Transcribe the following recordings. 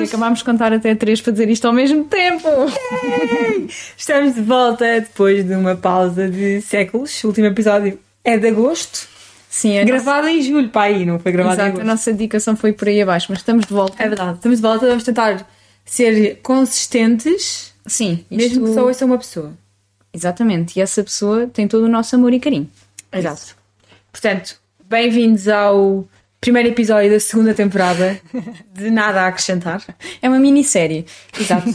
E acabámos de contar até três para dizer isto ao mesmo tempo. Estamos de volta depois de uma pausa de séculos. O último episódio é de agosto. Sim, a Gravado em julho, pá, aí não foi gravado É Exato, é a em agosto. nossa dedicação foi por aí abaixo, mas estamos de volta. É verdade. Estamos de volta, vamos tentar ser consistentes, Sim, mesmo que isto- só ouça uma pessoa. Exatamente, e essa pessoa tem todo o nosso amor e carinho. Exato. Portanto, bem-vindos ao primeiro episódio da segunda temporada de Nada a Acrescentar. É uma minissérie. Exato.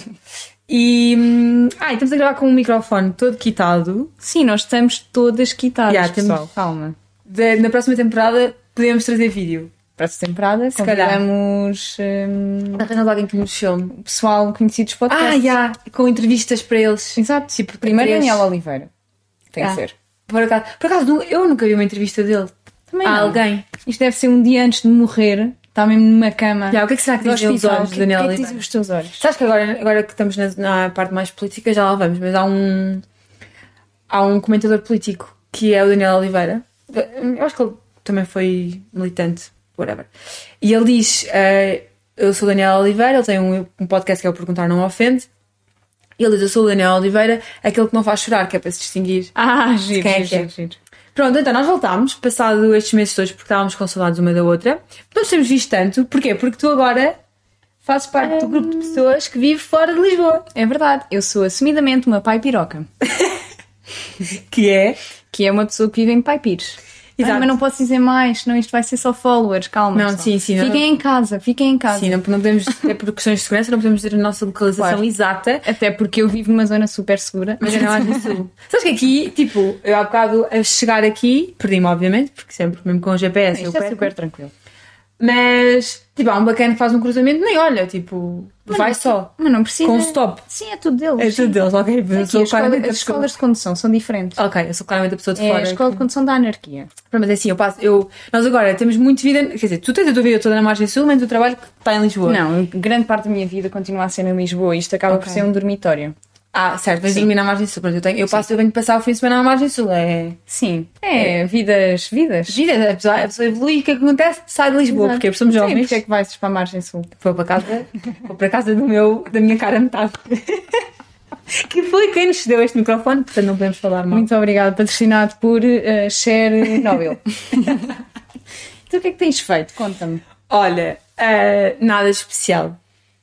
E, hum, ah, e estamos a gravar com um microfone todo quitado. Sim, nós estamos todas quitadas, Já, temos- pessoal. Calma. Da- na próxima temporada podemos trazer vídeo. Para essa temporada, Se calhar. convidamos hum, Arranjamos alguém que nos filme. pessoal conhecidos Ah, podcast. já, com entrevistas para eles. Exato. Tipo, Primeiro três. Daniel Oliveira. Tem Ah, que ser. Por acaso, por acaso, nu- eu nunca vi uma entrevista dele. Também a não. alguém. Isto deve ser um dia antes de morrer. Está mesmo numa cama. Já, o que é que será que do dizem os hospital. olhos O de que, Daniel o que é que dizem Oliveira? os teus olhos? Sabes que agora, agora que estamos na, na parte mais política já lá vamos, mas há um há um comentador político que é o Daniel Oliveira. Eu acho que ele também foi militante, whatever. E ele diz: eh, Eu sou o Daniel Oliveira, ele tem um, um podcast que é o Perguntar Não Ofende. E ele diz: Eu sou o Daniel Oliveira, aquele que não faz chorar, que é para se distinguir. Ah, giro, Quem é giro, que é? giro, giro. Pronto, então nós voltámos, passado estes meses todos, porque estávamos com saudades uma da outra. Não nos temos visto tanto, porquê? Porque tu agora fazes parte do grupo de pessoas que vive fora de Lisboa. É verdade. Eu sou assumidamente uma pai piroca. Que é? Que é uma pessoa que vive em pai pires. Exato. Ai, mas não posso dizer mais, senão isto vai ser só followers, calma. Não, pessoal. sim, sim, não- Fiquem em casa, fiquem em casa. Sim, não, não podemos, até por questões de segurança, não podemos dizer a nossa localização Claro. exata, Até porque eu vivo numa zona super segura. mas é na margem sul. Sabes que aqui, tipo, eu há bocado a chegar aqui, perdi-me, obviamente, porque sempre, mesmo com o GPS, eu Isto é perco. super tranquilo. Mas, tipo, há um bacana que faz um cruzamento, nem olha, tipo, vai só, Mas não precisa. com um stop. Sim, é tudo deles. É tudo deles, ok? Mas eu Aqui, sou as, escola- claramente a as pessoa- escolas de condução são diferentes. Ok, eu sou claramente a pessoa de É a Ah, fora. escola de condução da anarquia. Pronto, Mas é assim, eu passo, eu, nós agora temos muito vida, quer dizer, tu tens a tua vida toda na margem sul, mas o trabalho que está em Lisboa. Não, grande parte da minha vida continua a ser em Lisboa e isto acaba por Ok. ser um dormitório. Ah, certo, vais dormir na margem sul, pronto, eu, tenho, eu, passo, eu venho passar o fim de semana na margem sul, é... Sim. É, vidas, vidas. Gira, a pessoa, a pessoa evolui, o que é que acontece? Sai de Lisboa, Exato. porque somos Sim, jovens. porque é que vais para a margem sul? Vou para casa, vou para casa do meu, da minha cara a metade. que foi quem nos deu este microfone, portanto não podemos falar mal. Muito obrigada, patrocinado por eh, Cher Nobel. então o que é que tens feito? Conta-me. Olha, ah, nada especial.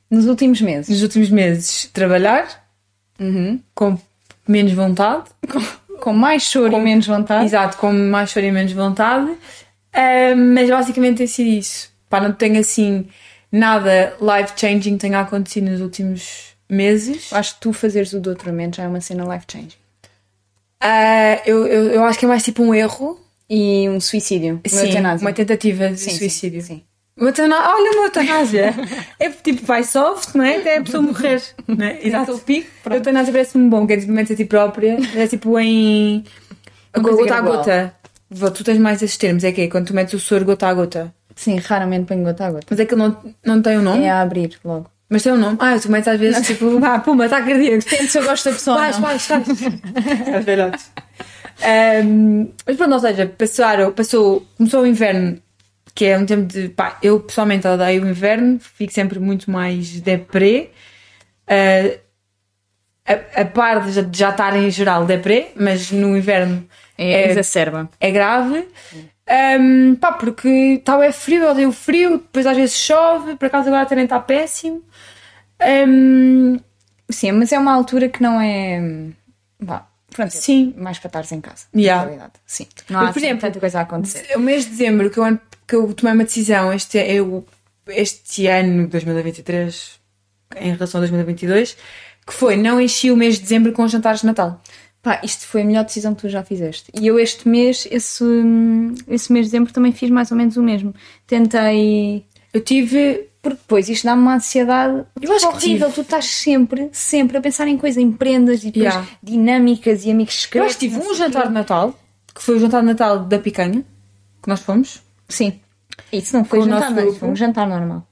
Nos últimos meses. Nos últimos meses, trabalhar, Uhum. com menos vontade, Com mais choro e menos vontade. Exato, com mais choro e menos vontade. Ah, mas basicamente tem sido isso. Pá, não tenho assim nada life-changing que tenha acontecido nos últimos meses. Acho que tu fazeres o doutoramento já é uma cena life changing. Ah, eu, eu, eu acho que é mais tipo um erro. E um suicídio. Uma Sim, eutanásia. uma tentativa de Sim, sim, suicídio. sim. Uma eutanásia, olha uma eutanásia. é tipo, vai soft, não é? Até a pessoa morrer. Não é? Exato. aquele pico, a eutanásia parece-me bom, que é tipo metes a ti própria. mas É tipo em. Uma coisa é gota a gradual. gota. Vá, Tu tens mais esses termos, é que é quando tu metes o soro gota a gota. Sim, raramente põe gota a gota. Mas é que não, não tem o nome, É a abrir logo. mas tem o nome. Ah, tu metes às vezes tipo, ah, puma, está cardíaco. Depende se eu gosto da pessoa Faz, faz, faz. É verdade. Ahm, mas pronto, ou seja, passaram, passou, começou o inverno, que é um tempo de. Pá, eu pessoalmente odeio o inverno, fico sempre muito mais deprê. Ah, a, a par de já, de já estar em geral deprê, mas no inverno É, É- exacerba. é grave. Ahm, pá, porque tal é frio, eu odeio o frio, depois às vezes chove, por acaso agora também está péssimo. Ahm, Sim, mas é uma altura que não é. Vá, pronto. é Sim. Mais para estares em casa. Yeah. Na realidade. Sim. Não há Mas, por assim exemplo, tanta coisa a acontecer. o mês de dezembro que eu, an- que eu tomei uma decisão este, é, eu, este ano 2023 em relação a 2022 que foi não enchi o mês de dezembro com jantares de Natal Pá, isto foi a melhor decisão que tu já fizeste. E eu este mês, esse, hum, esse mês de dezembro, também fiz mais ou menos o mesmo. Tentei. eu tive Porque depois isto dá-me uma ansiedade Eu acho que horrível. Tu estás sempre, sempre a pensar em coisas, em prendas e depois Yeah. dinâmicas e amigos eu secretos. acho que tive não um sei jantar de Natal que foi o jantar de Natal da picanha que nós fomos quê. Sim. Isso não foi Com o jantar, nosso não. grupo. Foi um jantar normal.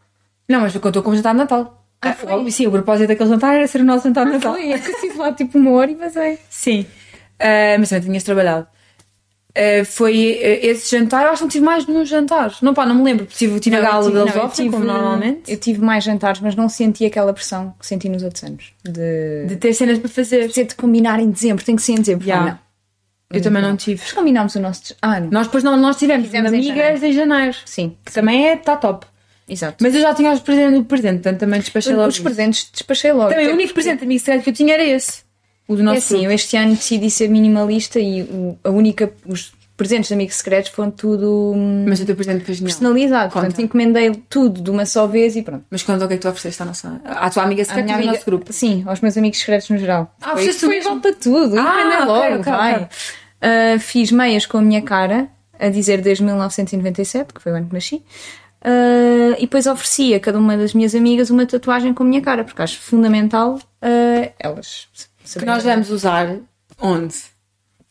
não, mas eu contou como jantar de Natal Ah, foi? Óbvio, sim, o propósito daquele jantar era ser o nosso jantar de Natal Foi, é que eu estive lá tipo uma hora e basei. sim Ah, mas também tinhas trabalhado eh, foi eh, esse jantar, eu acho que não tive mais nenhum jantar. Não pá, não me lembro. Tive, tive a Não, eu gala tive- deles não, eu off, como normalmente. Eu tive mais jantares, mas não senti aquela pressão que senti nos outros anos. De, De ter cenas para fazer. ter de combinar em dezembro, tem que ser em dezembro. Yeah. Ah, não. Eu também não tive. Nós combinámos o nosso. Ah, não. Nós depois não, nós tivemos Fizemos em amigas em janeiro. Sim, Que também é, está top. exato. Mas eu já tinha os presentes do presente, portanto também despachei logo. os isso. presentes despachei logo. Também o único presente amigo secreto que eu tinha era esse. É O do É nosso assim, eu este ano decidi ser minimalista e o- a única. Os presentes de amigos secretos foram tudo hum, grupo. Mas o teu presente foi genial. personalizado. Conta. Portanto, encomendei tudo de uma só vez e pronto. Mas quando o que é que tu ofereceste à nossa... À tua amiga A secreta do minha amiga- nosso grupo. Sim, aos meus amigos secretos no geral. Ah, foi, fizeste tu foi mesmo? igual para tudo. Ah, encomendei ok, logo, ok, vai. ok. Ah, fiz meias com a minha cara, a dizer desde 1997, que foi o ano que nasci. Ah, e depois ofereci a cada uma das minhas amigas uma tatuagem com a minha cara, porque acho fundamental ah, elas Que saberem. nós vamos usar onde?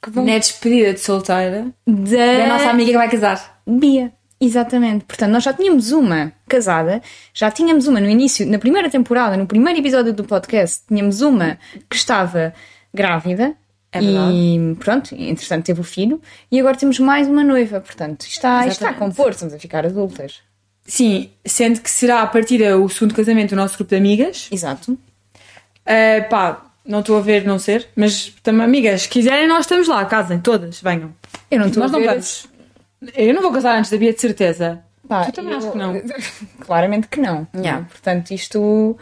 Que vão- Na despedida de solteira da, da nossa amiga que vai casar. Bia. Exatamente. Portanto, nós já tínhamos uma casada, já tínhamos uma no início, na primeira temporada, no primeiro episódio do podcast, tínhamos uma que estava grávida. É e pronto, entretanto teve o filho, e agora temos mais uma noiva, portanto, isto está, isto está a Exatamente. compor, estamos a ficar adultas. Sim, sendo que será a partir do segundo casamento do nosso grupo de amigas. Exato. Uh, pá, não estou a ver não ser, mas também, amigas, se quiserem nós estamos lá, casem, todas, venham. Eu não estou a Tipo, nós não ver vamos. Eu não vou casar antes da Bia, de certeza. Pá, Tu também eu- acho que não. Claramente que não. Yeah. Não, Portanto, isto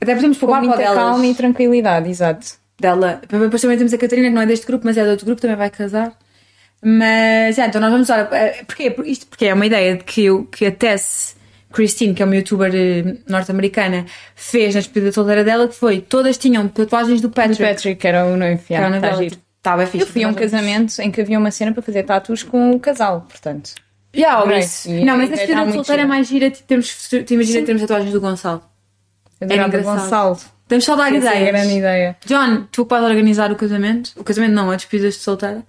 Até podemos com poupar para o muita delas. calma e tranquilidade, exato. dela. Depois também temos a Catarina, que não é deste grupo, mas é de outro grupo, também vai casar. Mas, é, então nós vamos usar. eh, Porquê? Por Isto porque é uma ideia de que, eu, que a Tess Christine, que é uma youtuber eh, norte-americana, fez na despedida de solteira dela, que foi todas tinham tatuagens do O Patrick. Patrick que era o noivo, Que era yeah, na tá dela, giro. tipo, Estava fixe. Eu fui a um casamento em que havia uma cena para fazer tatus com o casal, portanto. Yeah, óbvio. Right. isso. E Não, mas a a ideia tá despedida de muito solteira é gira. mais gira. tipo, Temos, te imagina termos tatuagens do Gonçalo. Eu Era adorava engraçado. Gonçalo. Temos só de Essa dar é a ideias. grande ideia. John, tu vais organizar o casamento? O casamento não, a despedida de solteira.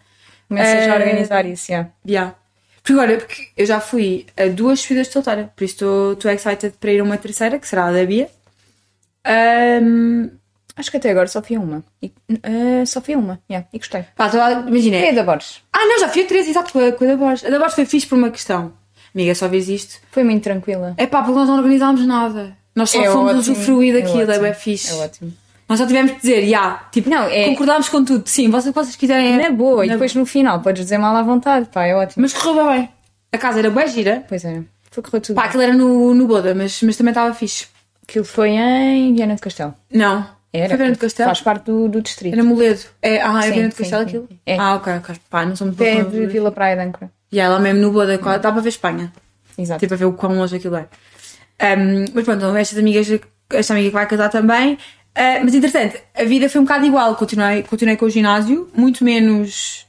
Começas já a Eh, organizar isso, yeah. Yeah. Porque agora, porque eu já fui a duas despedidas de solteira, por isso estou- estou excited para ir a uma terceira, que será a da Bia. Ahm, Acho que até agora só fui a uma. E, eh, só fui a uma, yeah. E gostei. pá, estou a- imagina. E a É da Borges? Ah, não, já fui a três, exato, com a, com a da Borges. A da Borges foi fixe por uma questão. Amiga, só vês isto. Foi muito tranquila. É pá, porque nós não organizámos nada. Nós só É fomos ótimo, usufruir é daquilo, é ótimo, bem fixe. É ótimo. Nós só tivemos de dizer, já, tipo, Não, é- concordámos com tudo. Sim, vocês, o que vocês quiserem. é- Na boa, e na depois no final podes dizer mal à vontade, pá, é ótimo. Mas correu bem. A casa era bem gira. Pois é, foi correu tudo. Pá, bem. aquilo era no, no Boda, mas, mas também estava fixe. Aquilo foi em Viana do Castelo. Não. Era. Foi Grande Castelo? Faz parte do, do distrito. Era Moledo. É, ah, é Sim, Viana do sim, Castelo sim, aquilo? sim. É. Ah, ok, ok. Pá, não sou muito Pé boa de com- Vila Praia de Âncora. E ela mesmo no Boda, quase- dá para ver Espanha. Exato. Tipo, a ver o quão longe aquilo é. Ahm, mas pronto, então, estas amigas, esta amiga que vai casar também. Ah, mas interessante, a vida foi um bocado igual. Continuei, continuei com o ginásio, muito menos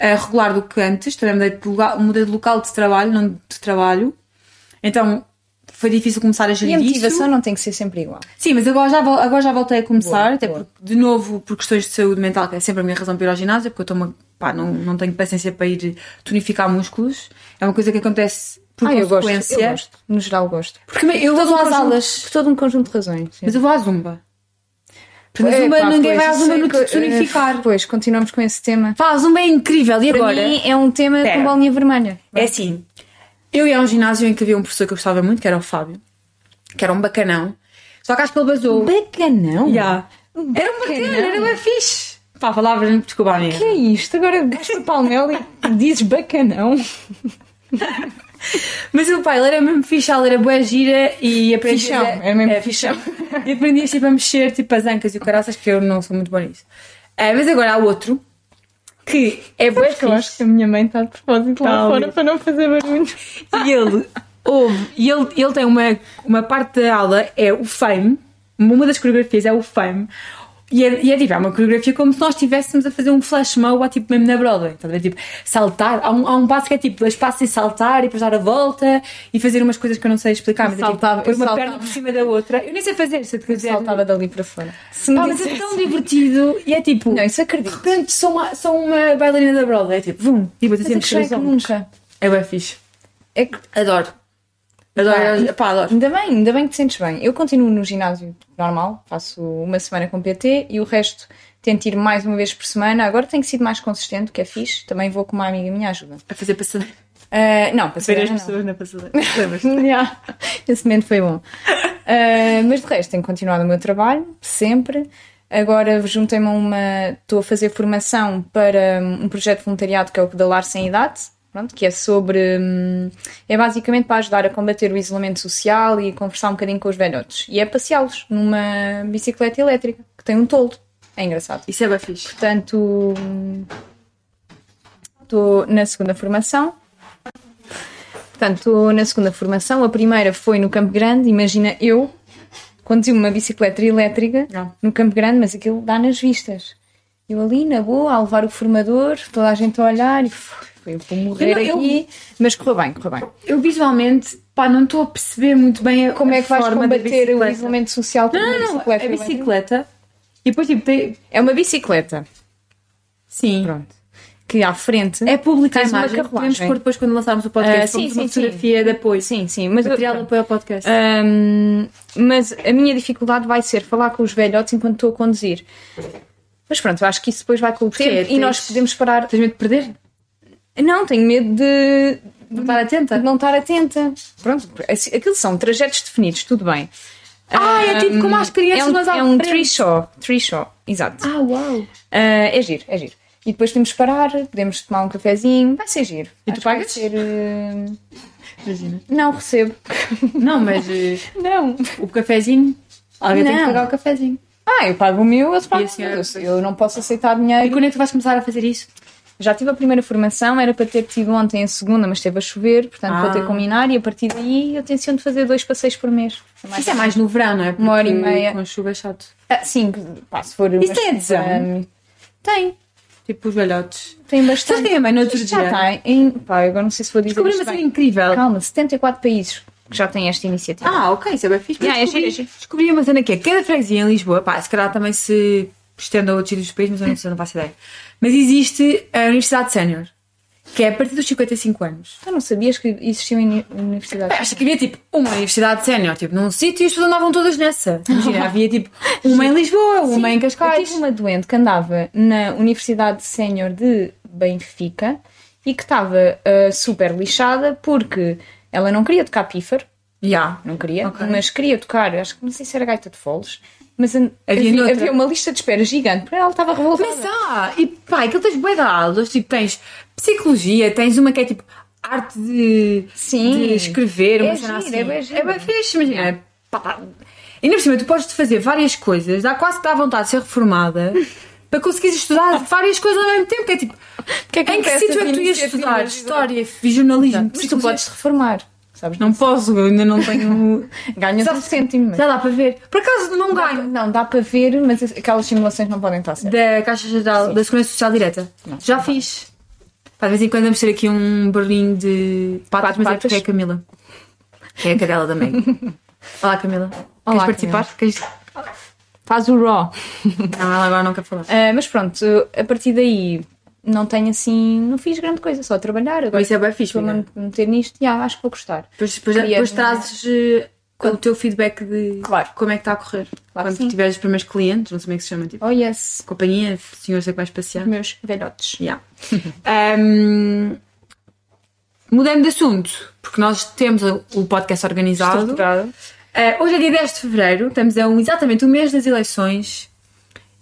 ah, regular do que antes. Também mudei de, lugar, mudei de local de trabalho, não de trabalho. Então foi difícil começar a e gerir a isso. motivação não tem que ser sempre igual. Sim, mas agora já, vol- agora já voltei a começar, Boa, até boa. porque, de novo, por questões de saúde mental, que é sempre a minha razão para ir ao ginásio, porque eu tomo, pá, não, não tenho paciência para ir tonificar músculos. É uma coisa que acontece por Ah, eu gosto, consequência. eu gosto. No geral gosto. Porque eu Todo vou um às conjunto- aulas, Por todo um conjunto de razões. sim. mas eu vou à zumba. Porque É, zumba, pá, ninguém pois, vai à eu zumba sei no que, eh, tonificar. Pois, continuamos com esse tema. Pá, a zumba é incrível, e Para agora? mim é um tema Pera. com bolinha vermelha. É assim, eu ia a um ginásio em que havia um professor que eu gostava muito, que era o Fábio, que era um bacanão, só que acho que ele basou. É um Bacanão? Ya. Era um Bacanão. bacana, era bem fixe. Pá, palavras, desculpa a minha. Que é isto? Agora vais para Palmelo e dizes bacanão. Mas o pai, ele era mesmo fixe, ele era boa gira e aprendia. Fichão, era mesmo é, fichão. E aprendias tipo a mexer, tipo as ancas e o caraças, que eu não sou muito boa nisso. Eh, mas agora há outro que é boa Porque eu fixe. acho que a minha mãe está de propósito lá Tá, fora ali. para não fazer barulho. E ele ouve, e ele, ele tem uma, uma parte da aula, é o fame, uma das coreografias é o fame, e é, e é tipo, é uma coreografia como se nós estivéssemos a fazer um flash mob, ou, tipo mesmo na Broadway, estás a ver? Tipo, saltar, há um, há um passo que é tipo, dois passos e saltar, e depois dar a volta, e fazer umas coisas que eu não sei explicar, mas Saltava, é tipo, eu pôr uma saltava. perna por cima da outra, eu nem sei fazer, se eu te quiser. Pá, Saltava dali para fora. Se me mas é dissesse- tão divertido, e é tipo, Não, de isso acredito. repente sou uma, sou uma bailarina da Broadway, é tipo, vum, tipo, eu Mas é tenho que que já é que nunca. É bem fixe, É que adoro. Adoro, pá, adoro. Ainda bem, ainda bem que te sentes bem. Eu continuo no ginásio normal, faço uma semana com PT e o resto tento ir mais uma vez por semana. Agora tenho sido mais consistente, o que é fixe. Também vou com uma amiga minha ajuda. A fazer passadeira. Ah, não, para Ver as ser pessoas na passadeira. Lembras-te? Yeah. Esse momento foi bom. Uh, mas de resto, tenho continuado o meu trabalho, sempre. Agora juntei-me a uma. Estou a fazer formação para um projeto de voluntariado que é o Pedalar Sem Idade, pronto, que é sobre. hum, É basicamente para ajudar a combater o isolamento social e conversar um bocadinho com os velhotes. E é passeá-los numa bicicleta elétrica, que tem um toldo. É engraçado. Isso é bem fixe. Portanto, estou na segunda formação. Portanto, estou na segunda formação. A primeira foi no Campo Grande. Imagina eu conduzi uma bicicleta elétrica Não. no Campo Grande, mas aquilo dá nas vistas. Eu ali, na boa, a levar o formador, toda a gente a olhar e foi, eu vou morrer Eu não- eu- aqui. Mas correu bem, correu bem. Eu visualmente, pá, não estou a perceber muito bem a, Como é a que vais forma da combater o bicicleta. isolamento social com Não, uma não, não. bicicleta? a bicicleta. E depois, tipo, tem. É uma bicicleta, Sim. pronto. Que à frente É pública a Tens uma imagem. Podemos carruagem. pôr depois quando lançarmos o Ah, podcast. sim, Sim, sim, Uhum. Ah. sim. uma fotografia de apoio. Sim, sim, mas Material de pronto. apoio ao podcast. Ahm, mas a minha dificuldade vai ser falar com os velhotes enquanto estou a conduzir. Mas pronto, eu acho que isso depois vai com o tempo é, e nós tens- podemos parar. Tens medo de perder? Não, tenho medo de, Não estar atenta? de não estar atenta. Pronto, assim, aquilo são trajetos definidos, tudo bem. Ah, é tipo como as crianças, é um, mas à É um frente. tree show, tree show, exato. Ah, uau! Ah, é giro, é giro. E depois podemos parar, podemos tomar um cafezinho, vai ser giro. E tu Acho que vai pagas? ser, eh, Imagina. Não, recebo. Não, mas eh, Não. o cafezinho. Alguém tem que Não. pagar o cafezinho. Ah, eu pago o meu, eles pagam a o senhora? deles. Eu não posso aceitar dinheiro. E quando é que tu vais começar a fazer isso? Já tive a primeira formação, era para ter tido ontem a segunda, mas esteve a chover, portanto Ah. vou ter que combinar e a partir daí eu tenciono de fazer dois passeios por mês. É mais- Isso é mais no verão, não é? Uma hora e Porque meia. Com chuva é chato. Ah, sim, pá, se for. Isso é tem adesão? tem, Tipo os velhotes. tem Sabes bastante. quem é mãe no outro Já dia? está em. Pá, agora não sei se vou dizer. Descobri isto uma cena bem. incrível. Calma, 74 países que já têm esta iniciativa. Ah, ok, isso é bem fixe. mas Yeah, é descobri, giro, é giro. descobri uma cena que é cada freguesia em Lisboa, pá, se calhar também se estende a outros sítios do país, mas eu não sei, não faço ideia. Mas existe a Universidade Sénior, que é a partir dos 55 anos. Tu não sabias que existiam uni- Pá, universidades? acho que havia tipo uma Universidade Sénior, tipo num sítio e as pessoas andavam todas nessa. Imagina, havia tipo uma em Lisboa, uma em Eu Cascais. tive um- uma doente que andava na Universidade Sénior de Benfica e que estava ah, super lixada porque ela não queria tocar pífaro, Yeah. não queria, Ok. mas queria tocar, acho que não sei se era gaita de foles, mas an- havia, Havia ah, havia, noutra. uma lista de espera gigante, para ela estava revoltada. Mas há! E pá, aquilo tens bué de aulas, tipo, tens psicologia, tens uma que é tipo arte de, Sim. de escrever, uma É cena giro, assim. é bué giro. é bem fixe, imagina. Pá, pá. Ainda por cima, tu podes fazer várias coisas, dá quase que dá vontade de ser reformada para conseguires estudar várias coisas ao mesmo tempo, que é tipo. Porque é que em que acontece sítio é que essas tu ias iniciativas, estudar? exato. História, jornalismo, Mas tu psicologia? podes reformar, sabes? Não posso, eu ainda não tenho. Ganhas um Sabes- cêntimo. mas- Já dá para ver. Por acaso não ganho. Não, dá para ver, mas aquelas simulações não podem estar certas. da Caixa Geral da Segurança Social Direta. Já fiz. Pá, de vez em quando vamos ter aqui um barulhinho de patas, Quatro mas é patas. porque é a Camila. Que é a cadela da Meg. Olá, Camila. Olá, Queres participar? Queres... Faz o raw. Não, ela agora não quer falar. Ah, mas pronto, a partir daí não tenho assim, não fiz grande coisa, só trabalhar. Agora Mas isso é bem fixe, estou a menina. me meter nisto, já, acho que vou gostar. Depois, depois, Queria- depois trazes eh, o teu feedback de Claro. como é que está a correr. Claro que quando sim. tiveres os primeiros clientes, não sei como é que se chama, tipo, Oh yes, companhia, senhores a que vais passear. meus velhotes. Yeah. Ahm, mudando de assunto, porque nós temos o podcast organizado. Estruturado. Uh, hoje é dia 10 de fevereiro, estamos a um, exatamente o mês das eleições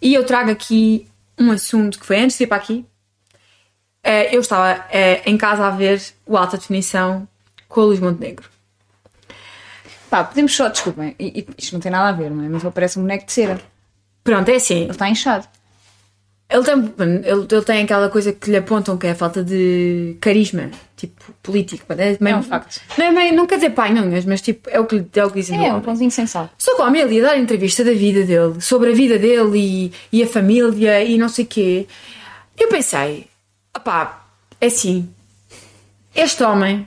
e eu trago aqui um assunto que foi antes de ir para aqui. Uh, eu estava uh, em casa a ver o Alta Definição com a Luís Montenegro. Pá, podemos só, desculpem, e- e- isto não tem nada a ver, não é? Mas ele parece um boneco de cera. Ele Pronto, é assim, está inchado. ele tem, ele, ele tem aquela coisa que lhe apontam que é a falta de carisma, tipo, político. É, meio- um facto. Não, é meio- não quer dizer pai, não, mas tipo, é o que, lhe- é o que dizem do É, um homem. pãozinho sem sal. Só que o homem ele ia dar entrevista da vida dele, sobre a vida dele e, e a família e não sei quê. Eu pensei, opá, é assim, este homem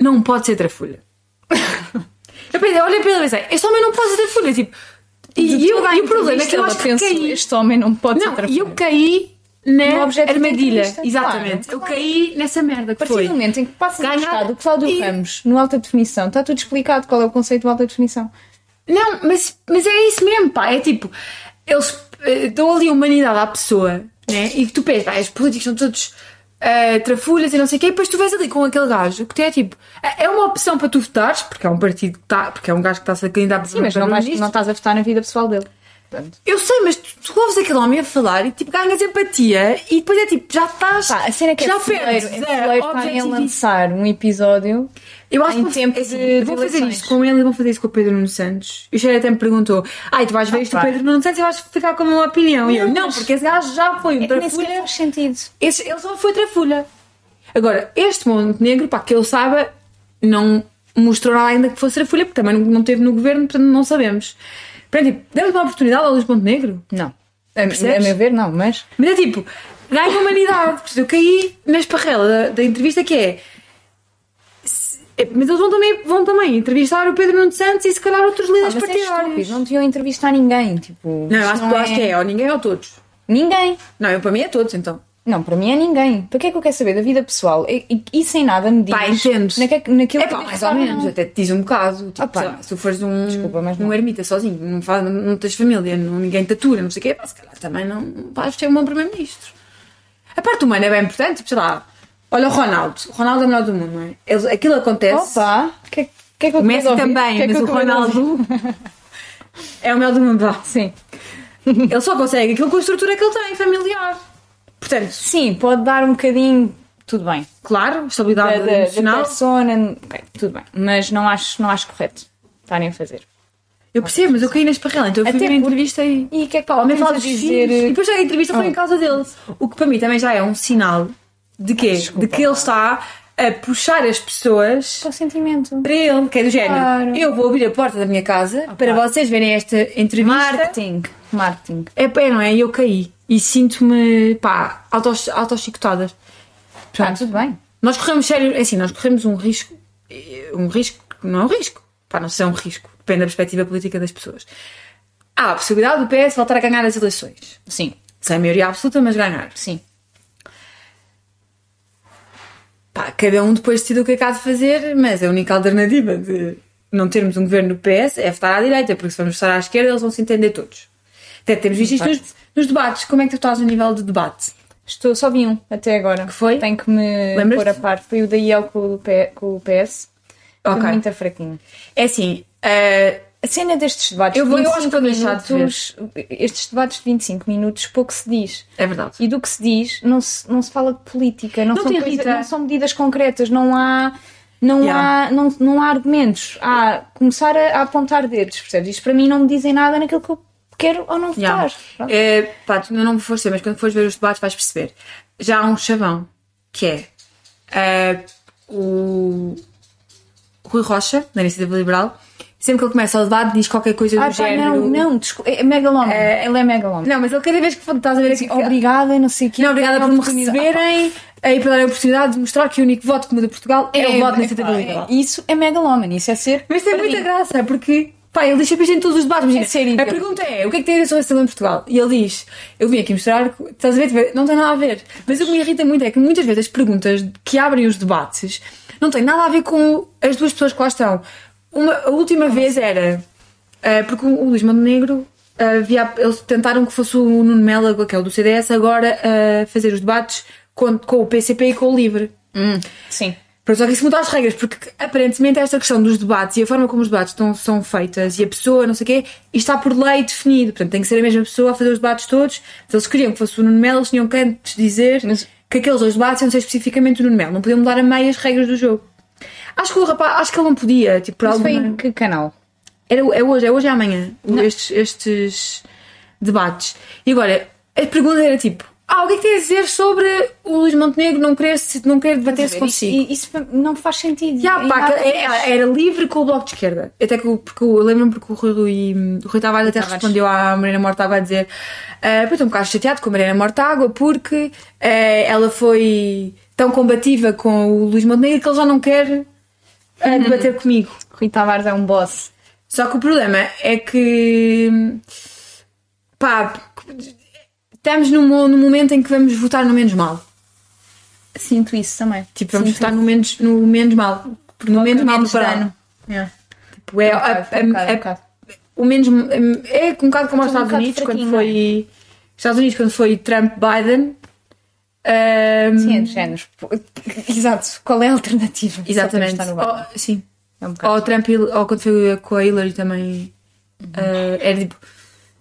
não pode ser trafulha. eu pensei, olhei para ele e pensei, este homem não pode ser trafulha. Tipo, e, e eu- e o problema é que eu acho que penso, caí. este homem não pode Não, ser e eu caí na No objeto armadilha. da entrevista, Exatamente. claro, um eu caí nessa merda que A partir foi. do momento em que passas a Ganhar buscar do Cláudio e- Ramos no Alta Definição, está tudo explicado qual é o conceito de Alta Definição. Não, mas, mas é isso mesmo, pá. É tipo, eles eh, dão ali humanidade à pessoa, né? E que tu pensas, pá, os políticos são todos eh, trafulhas e não sei o quê, e depois tu vês ali com aquele gajo que é tipo, é é uma opção para tu votares, porque é um partido que está, porque é um gajo que está-se a candidatar Sim, mas não, vais, não estás a votar na vida pessoal dele. Portanto, Eu sei, mas tu, tu ouves aquele homem a falar e tipo ganhas empatia e depois é tipo, já estás. pá, a cena é que já é fuleiro, perdes é da fuleiro estarem a objetividade. lançar um episódio Eu acho em que tempo vou, de- de vou fazer eleições. isso com ele e vão fazer isso com o Pedro Nuno Santos. E o Xavier até me perguntou: Ai, tu vais ver isto do pá. Pedro Nuno Santos e vais ficar com uma opinião. E eu: Ah, Não, Não, mas- porque esse gajo já foi um é que nem sequer trafulha. faz sentido. Esse- Ele só foi trafulha. Agora, este Montenegro, pá, que ele saiba, não mostrou nada ainda que fosse trafulha, porque também não, não teve no governo, portanto não sabemos. Portanto, tipo, demos uma oportunidade ao Luís Montenegro. Não. A, a Percebes? meu ver, não, mas. Mas é tipo, ganha humanidade. Portanto, eu caí na esparrela da, da entrevista que é. se- é, Mas eles vão também, vão também entrevistar o Pedro Nuno Santos e se calhar outros Ah, líderes mas é partidários. estúpido, não deviam entrevistar ninguém. Tipo, Não, eu isto acho, eu acho que é ou ninguém ou todos. Ninguém. Não, eu, para mim é todos então. Não, para mim é ninguém. Para que é que eu quero saber da vida pessoal? E, e, e sem nada me diz. Pá, entendo. naque- naquilo É pá, eu mais falar, ou menos, não. até te diz um bocado. Tipo, Ah, pá. sei lá, se tu fores um, Desculpa, mas não. um ermita sozinho, não, faz, não, não tens família, não, ninguém te atura, não sei o quê, pá, se calhar também não vais ser um bom primeiro-ministro. A parte humana é bem importante, tipo, sei lá, olha o Ronaldo, o Ronaldo é o melhor do mundo, não é? Eles- aquilo acontece, Opa, o que, é- que é que eu o Messi quero ouvir? também, Que é que mas eu o quero ouvir? Ronaldo é o melhor do mundo, vá. Sim. Ele só consegue aquilo com a estrutura que ele tem, familiar. Portanto, Sim, pode dar um bocadinho. Tudo bem. claro, Da, estabilidade da, da Ah, emocional, persona. ok, tudo bem. Mas não acho, não acho correto estarem a fazer. eu percebo, mas eu caí na esparrela, então eu fui Até ver a porque- entrevista e... E o que é que Pá, o homem fala podemos dos dizer? filhos. E depois a entrevista foi Oh. em causa dele. O que para mim também já é um sinal de quê? desculpa. de que ele está a puxar as pessoas Para o sentimento. para ele, que é do género. Claro. Ah, Eu vou abrir a porta da minha casa para vocês verem esta entrevista. Marketing. Marketing. É, é, não é? E eu caí. E sinto-me, pá, autos- autochicotadas. Ah, tudo bem. Nós corremos sério, é assim, nós corremos um risco, eh, um risco que não é um risco, pá, não sei, é um risco, depende da perspectiva política das pessoas. Há a possibilidade do PS voltar a ganhar as eleições. Sim, Sem maioria absoluta, mas ganhar. sim. pá, cada um depois decide o que é que há de fazer, mas a única alternativa de não termos um governo do PS é votar à direita, porque se formos votar à esquerda eles vão se entender todos. Até temos visto isto nos, nos debates. Como é que tu estás no nível de debate? Estou, só vi um até agora. Que foi? Tenho que me Lembras-te? pôr a par. Foi o da IEL com o, P- com o PS. Ok. Foi muito fraquinho. É assim, ah, A cena destes debates Eu vou- eu acho 25 que vou deixar de minutos, estes debates de 25 minutos, pouco se diz. é verdade. E do que se diz, não se, não se fala de política, não, Não são te coisa- irrita? não são medidas concretas, não há. Não, Yeah. há, não, não há argumentos. Há começar a, a apontar dedos, percebes? Isto para mim não me dizem nada naquilo que eu quero ou não Já. votar. Pronto. É, pá, tu ainda não me foste ver, mas quando fores ver os debates vais perceber. Já há um chavão, que é ah, o Rui Rocha, da Iniciativa Liberal, sempre que ele começa o debate diz qualquer coisa do Ah, pá, género. não, não, desculpa. É megalómano. É- Ele é megalómano. Não, mas ele cada vez que estás a ver aqui, Obrigada, não sei o quê. Não, obrigada por me é oportunidade. Ah, receberem e por darem a oportunidade de mostrar que o único voto que muda Portugal é, o voto na pá, cidadania. é- Isso é megalómano, isso é ser. Mas tem muita perdido. graça, porque pá, ele diz sempre isto em todos os debates. Imagina, É sério, a eu- pergunta é: o que é que tem a ver sobre a cidadania de Portugal? E ele diz: eu vim aqui mostrar, que- estás a ver? Tipo, Não tem nada a ver. Mas o que me irrita muito é que muitas vezes as perguntas que abrem os debates não têm nada a ver com as duas pessoas que lá estão. Uma, a última vez era ah, porque o Luís Montenegro. ah, via- eles tentaram que fosse o Nuno Melo, que é o do CDS, agora a fazer os debates com, com o PCP e com o Livre. Sim. Pronto, só que isso mudou as regras, porque aparentemente esta questão dos debates e a forma como os debates estão, são feitas e a pessoa, não sei o quê, isto está por lei definido. Portanto, tem que ser a mesma pessoa a fazer os debates todos. Então, eles queriam que fosse o Nuno Melo, eles tinham que antes dizer Mas- que aqueles dois debates iam ser especificamente o Nuno Melo. Não podiam mudar a meia as regras do jogo. Acho que o rapaz, acho que ele não podia, tipo, por Isso alguma... foi em que canal? Era, é hoje, é hoje e amanhã estes, estes debates. E agora, a pergunta era tipo: Ah, o que é que tem a dizer sobre o Luís Montenegro não querer, se- não querer debater-se consigo? Isso, isso para- não faz sentido. Ya, Ainda pá, há- que é era, era livre com o Bloco de Esquerda. Até que, o- porque eu lembro-me porque o Rui, Rui, o Rui Tavares até Tavares. respondeu à Mariana Mortágua a dizer ah, "Pá, estou um bocado chateado com a Mariana Mortágua porque ah, ela foi tão combativa com o Luís Montenegro que ele já não quer ah, Uhum. debater comigo. Rui Tavares é um boss. Só que o problema é que. pá. Estamos num, mo- num momento em que vamos votar no menos mal. Sinto isso também. Tipo, vamos Sinto votar no menos, no menos mal. No menos mal do menos verão. dano. Yeah. Tipo, é, a- É um bocado, a- é um a- bocado. o menos é um bocado como aos Estou um Estados bocado Unidos quando fraquinho, foi Estados Unidos quando foi Trump Biden hum, ahm, Sim, é de géneros. Exato. Qual é a alternativa? exatamente Oh, Só temos de estar no barco. Ou- sim É um bocado. Uhum. ou Trump e- ou quando foi com a Hillary também ah, era tipo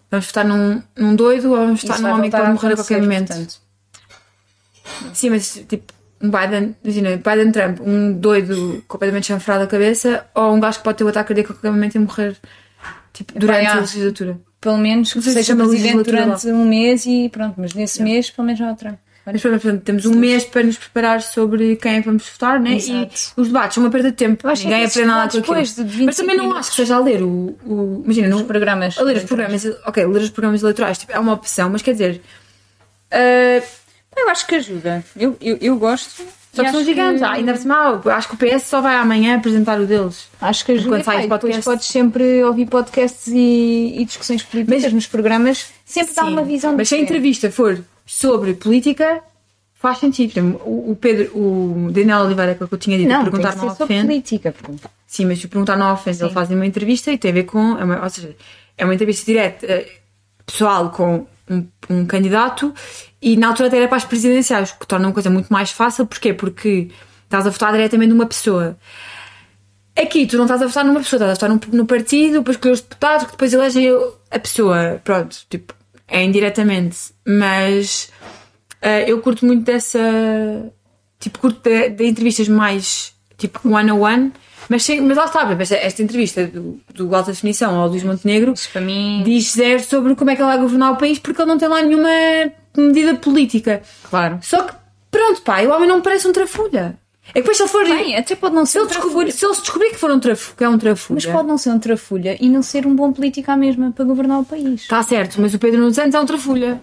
vamos votar num, num doido ou vamos votar Isso num vai homem que voltar pode morrer a qualquer acontecer, momento portanto. sim mas tipo um Biden imagina Biden Trump um doido completamente chanfrado a cabeça ou um gajo que pode ter um ataque cardíaco a qualquer momento e morrer tipo, durante já. a legislatura Pelo menos que Não sei se seja chama presidente legislatura durante um mês e pronto, mas nesse mês pelo menos não há Trump. Mas, portanto, temos um mês para nos preparar sobre quem é que vamos votar, né? E Exato. os debates são uma perda de tempo. Eu acho Ninguém que aprende nada com aquilo. depois de 25 Mas também não minutos. acho que seja a ler o. o- imagina, Os não, programas. a ler os programas. Ah, Ok, ler os programas eleitorais tipo, é uma opção, mas quer dizer. ah, Eu acho que ajuda. Eu, eu, eu gosto. só e que são acho gigantes. Ah, ainda por cima, ah, acho que o PS só vai amanhã apresentar o deles. Acho que ajuda. Enquanto sai pá, e o depois podcast. podes sempre ouvir podcasts e, e discussões políticas Mas- nos programas. Sempre dá Sim, uma visão Mas é se a diferente. entrevista for sobre política, faz sentido. Por exemplo, O, o Pedro, o Daniel Oliveira, aquele que eu tinha dito, Não, tem perguntar é que ser não sobre ofende. política. porque- Sim, mas se perguntar não ofensa, ele faz uma entrevista e tem a ver com. É uma, ou seja, é uma entrevista direta, eh, pessoal, com um, um candidato e na altura até era para as presidenciais, o que torna uma coisa muito mais fácil. Porquê? Porque estás a votar diretamente numa pessoa. Aqui É tu não estás a votar numa pessoa, estás a votar num, num partido para escolher os deputados que depois elegem a pessoa. Pronto, tipo, é indiretamente. Mas eh, eu curto muito dessa. Tipo, curto de, de entrevistas mais tipo one-on-one. Mas, sem- mas lá está, mas esta entrevista do, do Alta Definição ao Luís Montenegro Isso para mim. diz zero sobre como é que ele vai governar o país porque ele não tem lá nenhuma medida política. Claro. Só que, pronto, pá, o homem não me parece um trafulha. É que depois se ele for. Bem, até pode não se, ser ele um descobrir, se ele se descobrir que, for um traf, que é um trafulha. Mas pode não ser um trafulha e não ser um bom político à mesma para governar o país. Está tá certo, mas o Pedro Nunes Santos é um trafulha.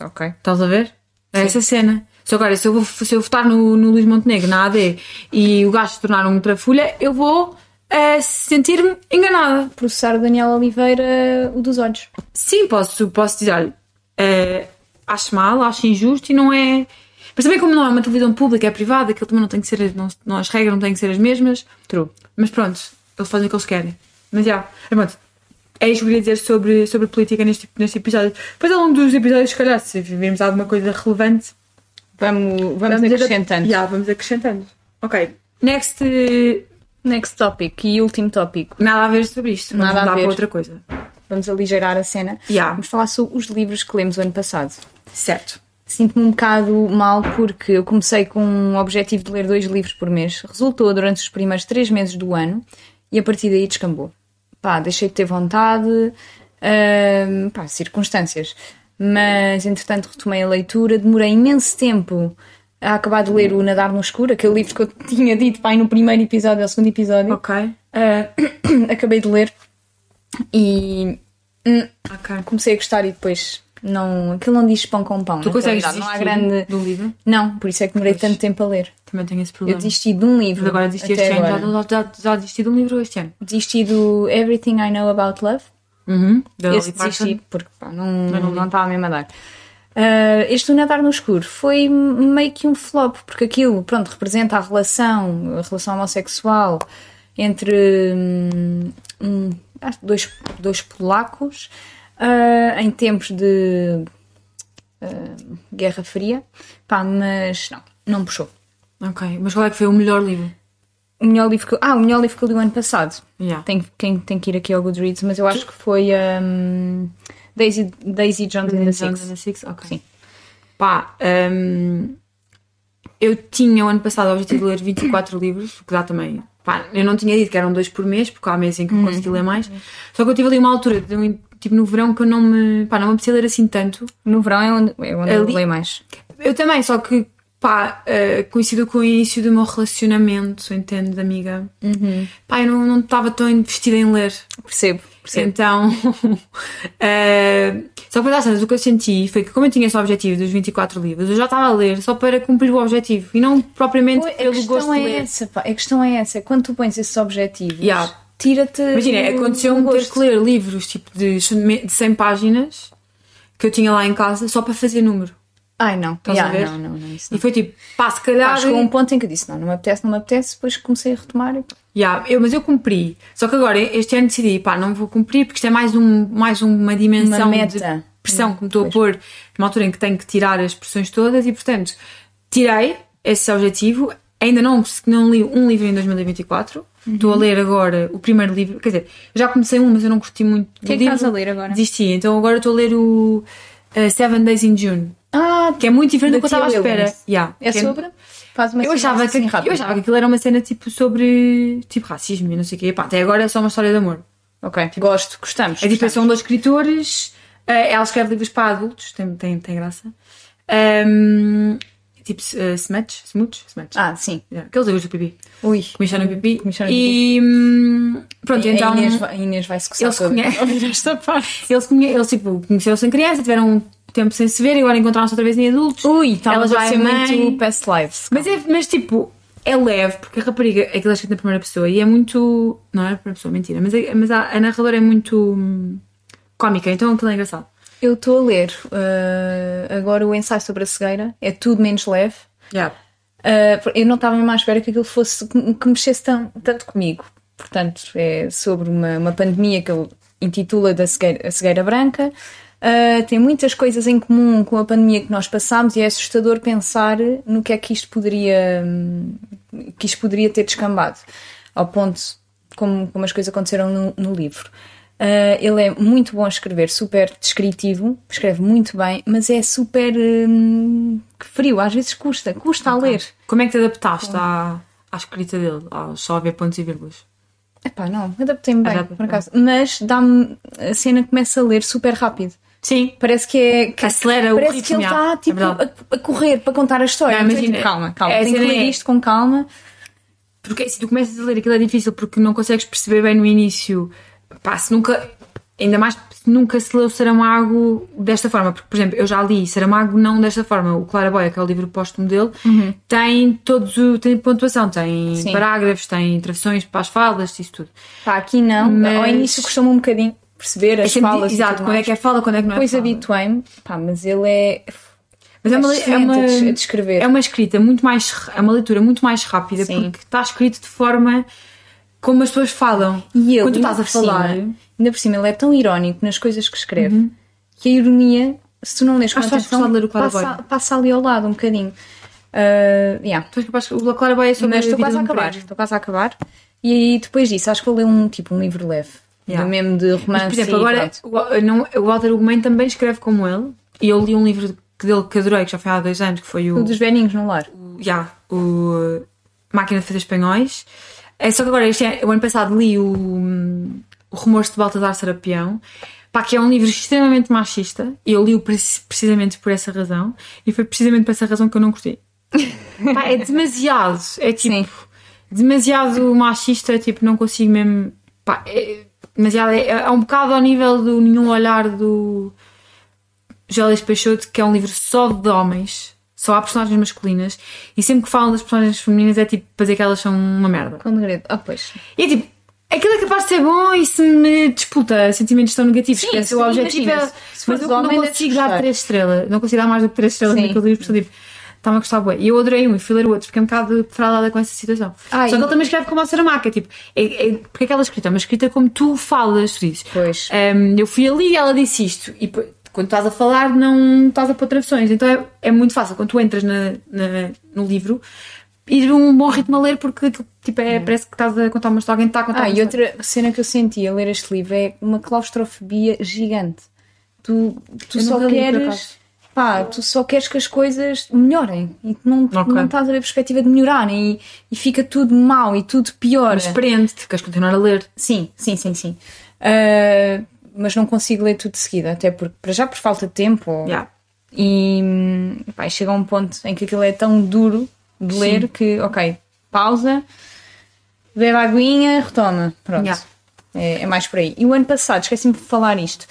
Ok. Estás a ver? É essa cena. Só que agora, se eu, vou, se eu votar no, no Luís Montenegro, na AD, e o gajo se tornar um trafulha, eu vou eh, sentir-me enganada. Processar o Daniel Oliveira, o dos olhos. Sim, posso, posso dizer, olha, eh, acho mal, acho injusto e não é. Mas também, como não é uma televisão pública, é privada, aquilo também não tem que ser. Não, não- as regras não têm que ser as mesmas. True. Mas pronto, eles fazem o que eles querem. Mas já, mas pronto. É isto que eu queria dizer sobre, sobre política neste, neste episódio. Depois, ao longo dos episódios, se calhar, se vimos alguma coisa relevante, Vamos, vamos, ir a- acrescentando. Já, vamos acrescentando. Ok. Next, eh, Next topic e último tópico. nada a ver sobre isto. Vamos Nada a mudar ver. para outra coisa. Vamos aligeirar a cena. Já. Vamos falar sobre os livros que lemos o ano passado. Certo. Sinto-me um bocado mal porque eu comecei com o objetivo de ler dois livros por mês. Resultou durante os primeiros três meses do ano e a partir daí descambou. Pá, deixei de ter vontade, hum, pá, circunstâncias. Mas entretanto retomei a leitura, demorei imenso tempo a acabar de ler o Nadar no Escuro, aquele livro que eu tinha dito pá, aí no primeiro episódio ou segundo episódio. Ok. Ah, acabei de ler e hum, Ok. comecei a gostar e depois não, aquilo não diz pão com pão. Tu na consegues realidade. não há desistir grande. do livro? Não, por isso é que demorei tanto tempo a ler. Também tenho esse Eu problema. desisti de um livro. Mas agora desisti até este agora. ano. Já, já, já desisti de um livro este ano. Desisti do Everything I Know About Love. Uhum. Da Esse Lily desisti Parton. porque pá, não estava não, estava mesmo a dar. Ah, este O Nadar no Escuro foi meio que um flop, porque aquilo, pronto, representa a relação, a relação homossexual entre hum, hum, acho que dois, dois polacos ah, em tempos de ah, Guerra Fria. Pá, mas não, não puxou. Ok. Mas qual é que foi o melhor livro? O melhor livro que eu, ah, o melhor livro que eu li o ano passado. Yeah. Tem, tem, tem que ir aqui ao Goodreads, mas eu acho que foi um, Daisy, Daisy Jones and the Six. Six? Ok. Sim. Pá, hum, eu tinha o ano passado o objetivo de ler 24 livros, o que dá também. Pá, eu não tinha dito que eram dois por mês, porque há meses em que Uhum. eu consegui ler mais. Só que eu tive ali uma altura, de um- tipo no verão, que eu não me. Pá, não me apetecia ler assim tanto. No verão é onde, é onde eu Ali- leio mais. Eu também, só que, pá, eh, coincido com o início do meu relacionamento, entende, amiga? Uhum. Pá, eu não não estava tão investida em ler. Percebo, percebo. Então, eh, só para dar cenas, o que eu senti foi que, como eu tinha esse objetivo dos 24 livros, eu já estava a ler só para cumprir o objetivo e não propriamente Pô, a pelo gosto questão de é ler. essa, pá. A questão é essa. Quando tu pões esses objetivos, Yeah. tira-te. um Imagina, o- aconteceu-me o ter gosto. que ler livros tipo de, de 100 páginas que eu tinha lá em casa só para fazer número. Ai não, Estás Yeah, a ver? não, não, não, isso E não. foi tipo, pá, se calhar. Pá, chegou um ponto em que eu disse: não, não me apetece, não me apetece. Depois comecei a retomar e Ya, eu, mas eu cumpri. Só que agora, este ano decidi, pá, não vou cumprir porque isto é mais, um, mais uma dimensão Uma de meta. é? pressão que me estou a pôr numa altura em que tenho que tirar as pressões todas e, portanto, tirei esse objetivo. Ainda não, não li um livro em 2024. Uhum. Estou a ler agora o primeiro livro. Quer dizer, eu já comecei um, mas eu não curti muito. O que é que estás a ler agora? Desisti. Então agora estou a ler o eh, Seven Days in June, Ah, que é muito diferente do que eu Da estava à Tia espera. Williams. Ya, é que sobre? Faz uma eu achava, que, sinopse assim rápida. eu achava que aquilo era uma cena tipo sobre tipo racismo e não sei o quê. Pá, até agora é só uma história de amor. Ok, gosto, gostamos. É tipo, gostamos. são dois escritores, eh, ela escreve livros para adultos, tem, tem, tem graça. Ahm, tipo, eh, Smuts, Smuts, Smuts. Ah, sim. Yeah, Aqueles livros do pipi. Ui. Que mexeram no pipi. Que mexeram no E hum, pronto, então. a É, Inês, vai- a Inês vai se coçar eles toda. conhecem- ouvir esta parte. Eles, conhe- eles tipo, conheceram-se em criança, tiveram um tempo sem se ver e agora encontraram-se outra vez em adultos. Ui, está Ela a já ser é mãe. muito past lives. Mas, é, mas tipo, é leve, porque a rapariga, aquilo é escrito na primeira pessoa e é muito. Não é na primeira pessoa, mentira, mas, é- mas a, a narradora é muito hum, cómica, então aquilo é engraçado. Eu estou a ler uh, agora o ensaio sobre a cegueira, é tudo menos leve. Uh, eu não estava mesmo à espera que aquilo fosse que que mexesse tão, tanto comigo. Portanto, é sobre uma, uma pandemia que ele intitula da cegueira, a cegueira branca. Uh, tem muitas coisas em comum com a pandemia que nós passámos e é assustador pensar no que é que isto poderia hum, que isto poderia ter descambado ao ponto como, como as coisas aconteceram no, no livro. Uh, ele é muito bom a escrever, super descritivo, escreve muito bem, mas é super hum, que frio, às vezes custa, custa a ler. Como é que te adaptaste à, à escrita dele, ao só haver pontos e vírgulas? Epá, não, adaptei-me bem, Adapta-te por acaso. Mas dá-me. A cena começa a ler super rápido. Sim. Parece que é. Que, Acelera o parece ritmo, que ele já. está É tipo, verdade. a, a correr para contar a história. Não, Então é imagina, tipo, calma, calma. é, a Tem que cena ler é- isto com calma. Porque se tu começas a ler aquilo é difícil porque não consegues perceber bem no início. Pá, se nunca. Ainda mais se nunca se leu Saramago desta forma. Porque, por exemplo, eu já li Saramago não desta forma. O Claraboia, que é o livro póstumo dele, tem todos o, tem pontuação, tem Uhum. Sim. parágrafos, tem travessões para as falas, isso tudo. Pá, aqui não. Mas- Ao início custou-me um bocadinho perceber É as sempre- falas. e exato, tudo quando é mais. que é fala, quando é que não é Depois fala. habituei-me. Pá, mas ele é. Mas é uma, é é, uma, excelente a des- a descrever. é uma escrita muito mais. r- É uma leitura muito mais rápida Sim. porque está escrito de forma como as pessoas falam. E ele, Quando tu ainda estás a por falar. Uhum. Cima, ainda por cima, ele é tão irónico nas coisas que escreve que a ironia, se tu não lês com Acho que vais atenção, gostar de ler o Clara passa, Boy. passa ali ao lado um bocadinho. Ah, yeah. Tu és capaz, o Claraboia é sobre Mas a estou vida quase de a um acabar. preso. Estou quase a acabar. E aí, depois disso, acho que vou ler um tipo um livro leve. Yeah. Do mesmo de Mas, romance. por exemplo, e agora pronto. o, não, o Walter Ugman também escreve como ele. E eu li um livro que dele que adorei, que já foi há dois anos, que foi o. O Um dos velhinhos no lar. o- já, o Máquina de Fazer Espanhóis. É só que agora, este ano, o ano passado, li o, hum, o Rumores de Baltasar Serapião, pá, que é um livro extremamente machista. E eu li-o preci- precisamente por essa razão. E foi precisamente por essa razão que eu não curti. Pá, é demasiado. É tipo. Sim. Demasiado machista, tipo, não consigo mesmo. Pá, é, demasiado. É, é um bocado ao nível do nenhum olhar do. Gélis Peixoto, que é um livro só de homens, só há personagens masculinas, e sempre que falam das personagens femininas é tipo para dizer que elas são uma merda. Com degredo. Ah, pois. E é tipo, aquilo é capaz de ser bom e se me disputa sentimentos tão negativos, Sim, que esse é o sim, objetivo. imagina, é- se- se mas fores eu não homem, consigo deve-te dar gostar. 3 estrelas, não consigo dar mais do que 3 estrelas Sim. naquele livro, estou tipo, está-me a gostar bué. E eu adorei um e fui ler o outro, fiquei um bocado fraudada com essa situação. Ai. Só que ele também escreve como a Saramaca, tipo, é, é, porque aquela escrita é uma escrita como tu falas, tu dizes. Pois. Hum, eu fui ali e ela disse isto. E p- quando estás a falar, não estás a pôr traduções. Então é, é muito fácil. Quando tu entras na- na- no livro, ir a um bom ritmo a ler, porque aquilo, tipo, é, parece que estás a contar uma história. Alguém está a contar Ah, uma e história. outra cena que eu senti a ler este livro é uma claustrofobia gigante. Tu, tu Eu só nunca li, por acaso. queres. Pá, tu só queres que as coisas melhorem e tu não, Ok. não estás a ver a perspectiva de melhorarem e, e fica tudo mau e tudo pior. Mas prende-te, queres continuar a ler. Sim, sim, sim, sim. Ah, mas não consigo ler tudo de seguida, até porque, para já por falta de tempo. ou- Yeah. E hum, pá, chega a um ponto em que aquilo é tão duro de ler que, ok, pausa, bebe aguinha, retoma. Pronto. Yeah. É, é mais por aí. E o ano passado, esqueci-me de falar isto,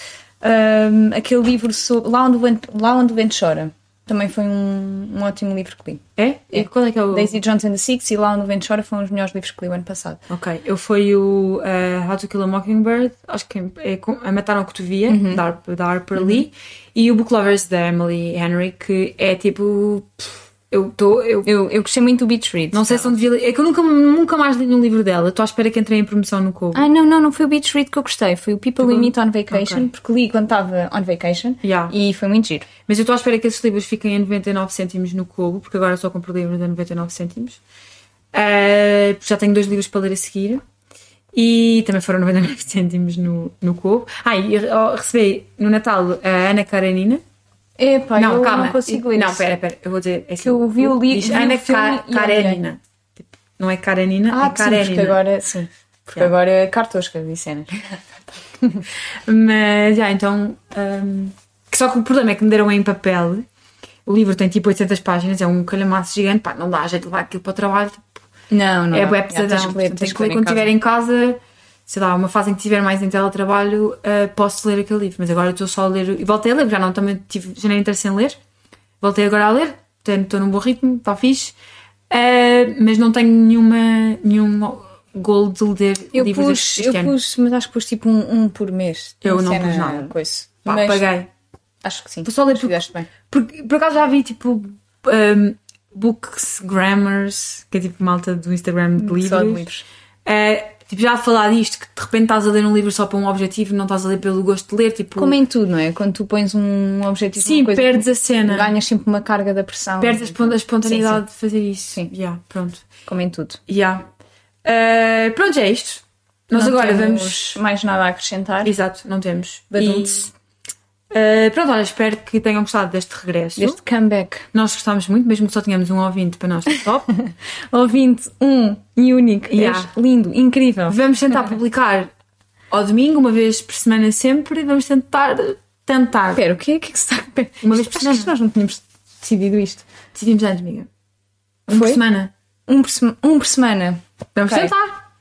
hum, aquele livro sobre Lá onde, o vento, Lá Onde o Vento Chora. também foi um, um ótimo livro que li. É? E qual é que é o. Daisy Jones and the Six e Lá Onde o Vento Chora foram os melhores livros que li o ano passado. Ok, eu fui o eh, How to Kill a Mockingbird, acho que é com- A Matar um Cotovia, da, Harp- da Harper Lee, e o Book Lovers da Emily Henry, que é tipo. pff, Eu estou. Oh, Eu, Eu, eu gostei muito do Beach Read. não sei se não devia ler. É que eu nunca, nunca mais li um livro dela. Estou à espera que entrei em promoção no Cubo. Ah, não, não, não foi o Beach Read que eu gostei, foi o People We Meet on Vacation, Ok. porque li quando estava on vacation Yeah. e foi muito giro. Mas eu estou à espera que esses livros fiquem a 99 cêntimos no Cubo, porque agora só compro livros a 99 cêntimos. Ah, já tenho dois livros para ler a seguir. E também foram 99 cêntimos no, no Cubo. Ah, e eu oh, recebi no Natal a Ana Karenina. Epá, não, Ah, eu calma. não consigo ler Não, isso. pera, pera. Eu vou dizer. É assim, Que eu vi o li- Diz vi o Ana filme Ka- e odiei. Karenina. Tipo, não é Karenina, Ah, é sim, porque Karenina. agora, sim. Porque Yeah. agora é cartosca de cenas. Mas, já, então. hum, que só que o problema é que me deram em papel. O livro tem tipo 800 páginas, é um calhamaço gigante. Pá, não dá jeito de levar aquilo para o trabalho. tipo, Não, não. é não. bué Já, pesadão. Tens que ler, Portanto, tens tenho que ler quando estiver em casa. Sei lá, uma fase em que estiver mais em teletrabalho, ah, posso ler aquele livro. Mas agora eu estou só a ler. E voltei a ler, porque já não também tive, já nem interesse em ler. Voltei agora a ler, portanto estou num bom ritmo, está fixe. Ah, mas não tenho nenhuma, nenhum goal de ler Eu livros pus, este, este eu ano. pus, mas acho que pus tipo um, um por mês. Eu Uma não cena pus nada. Coisa. Pá, mas paguei. acho que sim. Vou só ler Acho que porque- fizeste bem. Porque, por acaso já vi tipo um, books, grammars, que é tipo malta do Instagram de livros. Só de livros. Eh, tipo, já a falar disto, que de repente estás a ler um livro só para um objetivo, não estás a ler pelo gosto de ler, tipo. Como em tudo, não é? Quando tu pões um objetivo, sim, uma coisa, perdes a cena. ganhas sempre uma carga da pressão. Perdes a espon- a espontaneidade de fazer isso. Sim. Yeah, pronto. Como em tudo. Yeah. Eh, pronto, é isto. Nós Não agora temos vamos. mais nada a acrescentar. Exato, não temos. Badum-ts. E, eh, pronto, olha, espero que tenham gostado deste regresso. Deste comeback. Nós gostámos muito, mesmo que só tenhamos um ouvinte para nós, top. Ouvinte, um e único. Yeah. És lindo, incrível. Vamos tentar Uhum. publicar ao domingo, uma vez por semana sempre, vamos tentar tentar. Espera, o que é que é que se está. Pera, Uma vez isto- por acho que semana. nós não tínhamos decidido isto. Decidimos antes, amiga. Uma Foi? semana. Um por, sema- um por semana. Vamos Ok. tentar.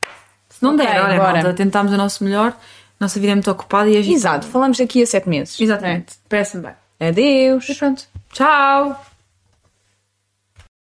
Se não Ok, der, olha, bora. malta, tentámos o nosso melhor, nossa vida é muito ocupada e a gente. Exato, falamos daqui a sete meses. Exatamente. Parece-me bem. Adeus. Pronto. Tchau!